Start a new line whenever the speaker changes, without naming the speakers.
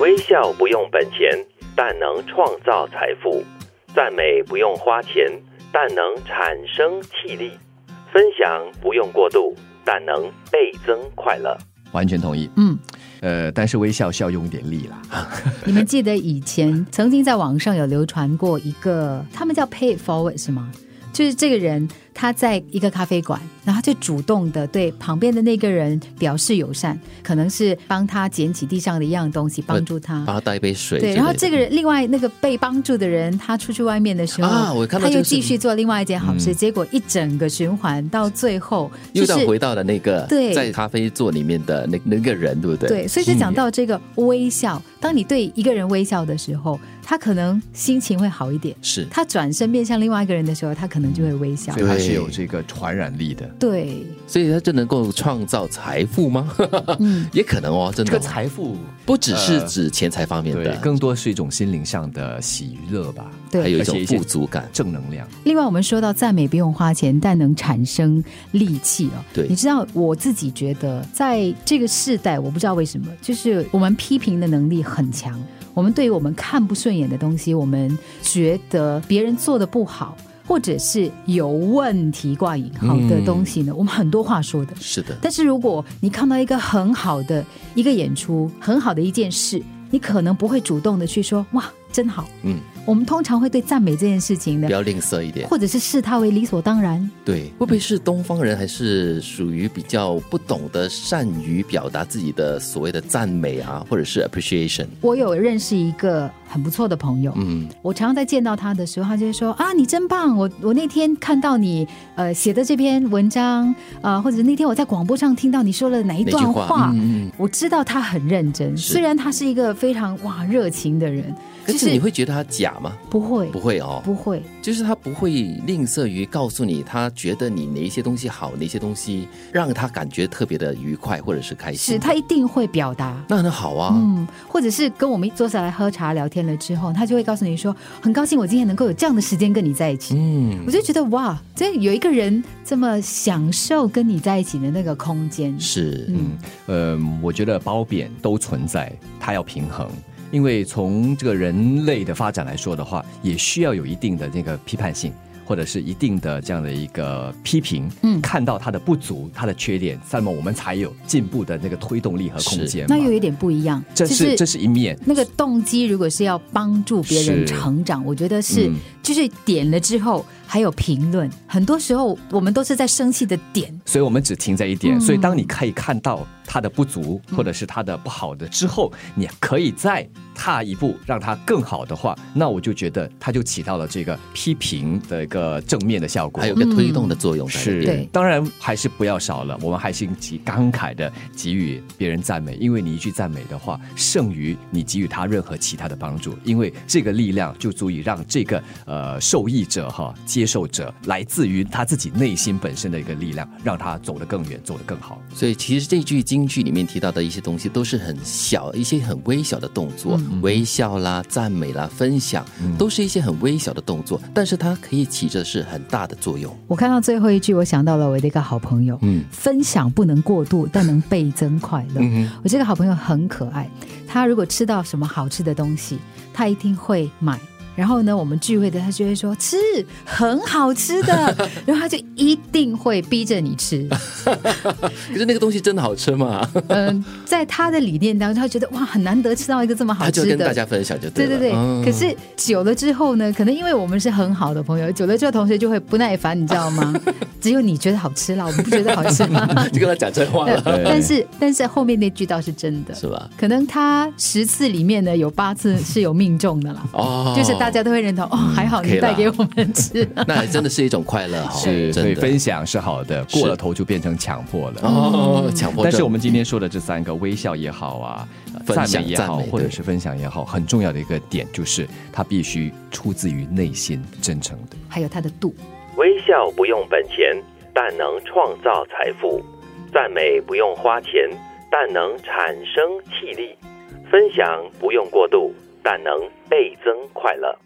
微笑不用本钱，但能创造财富；赞美不用花钱，但能产生气力；分享不用过度，但能倍增快乐。
完全同意。
嗯，
呃，但是微笑需要用一点力 啦。
你们记得以前曾经在网上有流传过一个，他们叫 pay it forward 是吗？就是这个人他在一个咖啡馆，然后他就主动的对旁边的那个人表示友善，可能是帮他捡起地上的一样东西，帮助他。
帮他带一杯水之类
对，
的。
然后这个人，另外那个被帮助的人，他出去外面的时候，
啊我看到
他
这
又
个视频
继续做另外一件好事，
嗯
结果一整个循环到最后，
又
就
到
是
回到了那个
对
在咖啡座里面的那那个人，对不对？嗯
对，所以就讲到这个微笑，当你对一个人微笑的时候，他可能心情会好一点；
是
他转身面向另外一个人的时候，他可能就会微笑
所。以它是
对
有这个传染力的。
对，
所以他就能够创造财富吗？
嗯，
也可能哦，真
这
的
个
哦、
财富，
不只是
呃
指钱财方面
对
的，，
更多是一种心灵上的喜乐吧，
还有
对。
一
而且
种
一些
富足感。
正能量。
另外，我们说到赞美不用花钱，但能产生力气哦。
对
你知道我自己觉得，在这个世代，我不知道为什么，就是我们批评的能力很强。我们对于我们看不顺眼的东西，我们觉得别人做的不好，或者是有问题（挂引号）的东西呢，
嗯
我们很多话说的。
是的，
但是如果你看到一个很好的一个演出，很好的一件事，你可能不会主动的去说“哇，真好”。
嗯，
我们通常会对赞美这件事情
不
呢，
要吝啬一点。
或者是视它为理所当然。
对，会不会是东方人还是属于比较不懂得善于表达自己的所谓的赞美啊，或者是 appreciation？
我有认识一个很不错的朋友，
嗯，
我常常在见到他的时候，他就会说啊，你真棒！我我那天看到你呃写的这篇文章，啊，或者是那天我在广播上听到你说了哪一
哪句
段
话嗯嗯嗯
我知道他很认真，
是
虽然他是一个非常哇热情的人，
可
就是
你
是
会觉得他假吗？
不会
不会哦，
不会，
就是他不会吝啬于告诉你，他觉得你哪一些东西好，哪一些东西让他感觉特别的愉快或者是开心。
是他一定会表达。
那很好啊，
嗯，或者是跟我们坐下来喝茶聊天了之后，他就会告诉你说，很高兴我今天能够有这样的时间跟你在一起。
嗯
我就觉得哇，这有一个人这么享受跟你在一起的那个空间，
是，
嗯，
嗯，我觉得褒贬都存在，它要平衡。因为从这个人类的发展来说的话，也需要有一定的那个批判性，或者是一定的这样的一个批评，
嗯
看到他的不足、他的缺点，那么我们才有进步的那个推动力和空
是
间嘛。
那又有点不一样，
这、
就是
这是一面，
那个动机，如果是要帮助别人
是
成长，我觉得是、
嗯
就是点了之后还有评论，很多时候我们都是在生气的点，
所以我们只停在一点。
嗯
所以当你可以看到他的不足或者是他的不好的之后，你可以再踏一步让他更好的话，那我就觉得他就起到了这个批评的一个正面的效果。
还有个推
嗯
动的作用在那边。
是
对，
当然还是不要少了，我们还是极慷慨的给予别人赞美，因为你一句赞美的话，胜于你给予他任何其他的帮助，因为这个力量就足以让这个呃受益者哈接受者来自于他自己内心本身的一个力量，让他走得更远，走得更好。
所以其实这句京剧里面提到的一些东西，都是很小、一些很微小的动作，
嗯
嗯
微笑啦、赞美啦、分享，都是一些很微小的动作，但是它可以起着是很大的作用。
我看到最后一句，我想到了我的一个好朋友，
嗯
分享不能过度，但能倍增快乐。
嗯
我这个好朋友很可爱，他如果吃到什么好吃的东西，他一定会买。然后呢，我们聚会的他就会说吃很好吃的， 然后他就一定会逼着你吃。
可是那个东西真的好吃吗？
嗯，在他的理念当中，他觉得哇很难得吃到一个这么好
他就
吃
跟大
的。
家分享就
对
了。
对对，
嗯
可是久了之后呢，可能因为我们是很好的朋友，久了之后同学就会不耐烦，你知道 吗？只有你觉得好吃啦，我们不觉得好吃啦。
就跟他讲真话
但
了，
但是但是后面那句倒是真的，
是吧？。
可能他十次里面呢有八次是有命中的啦
哦，
就是大。家都会认同哦，还好
可以
你
啦
带给我们吃。
哦那还真的是一种快乐哈、
是，所以
真的
分享是好的，
是
过了头就变成强迫了。
哦，强迫症。
但是我们今天说的这三个微笑也好啊，呃
分享
赞美也好，
赞美对
或者是分享也好，很重要的一个点就是它必须出自于内心真诚的。
还有他的度，
微笑不用本钱，但能创造财富；赞美不用花钱，但能产生气力；分享不用过度，但能倍增快乐。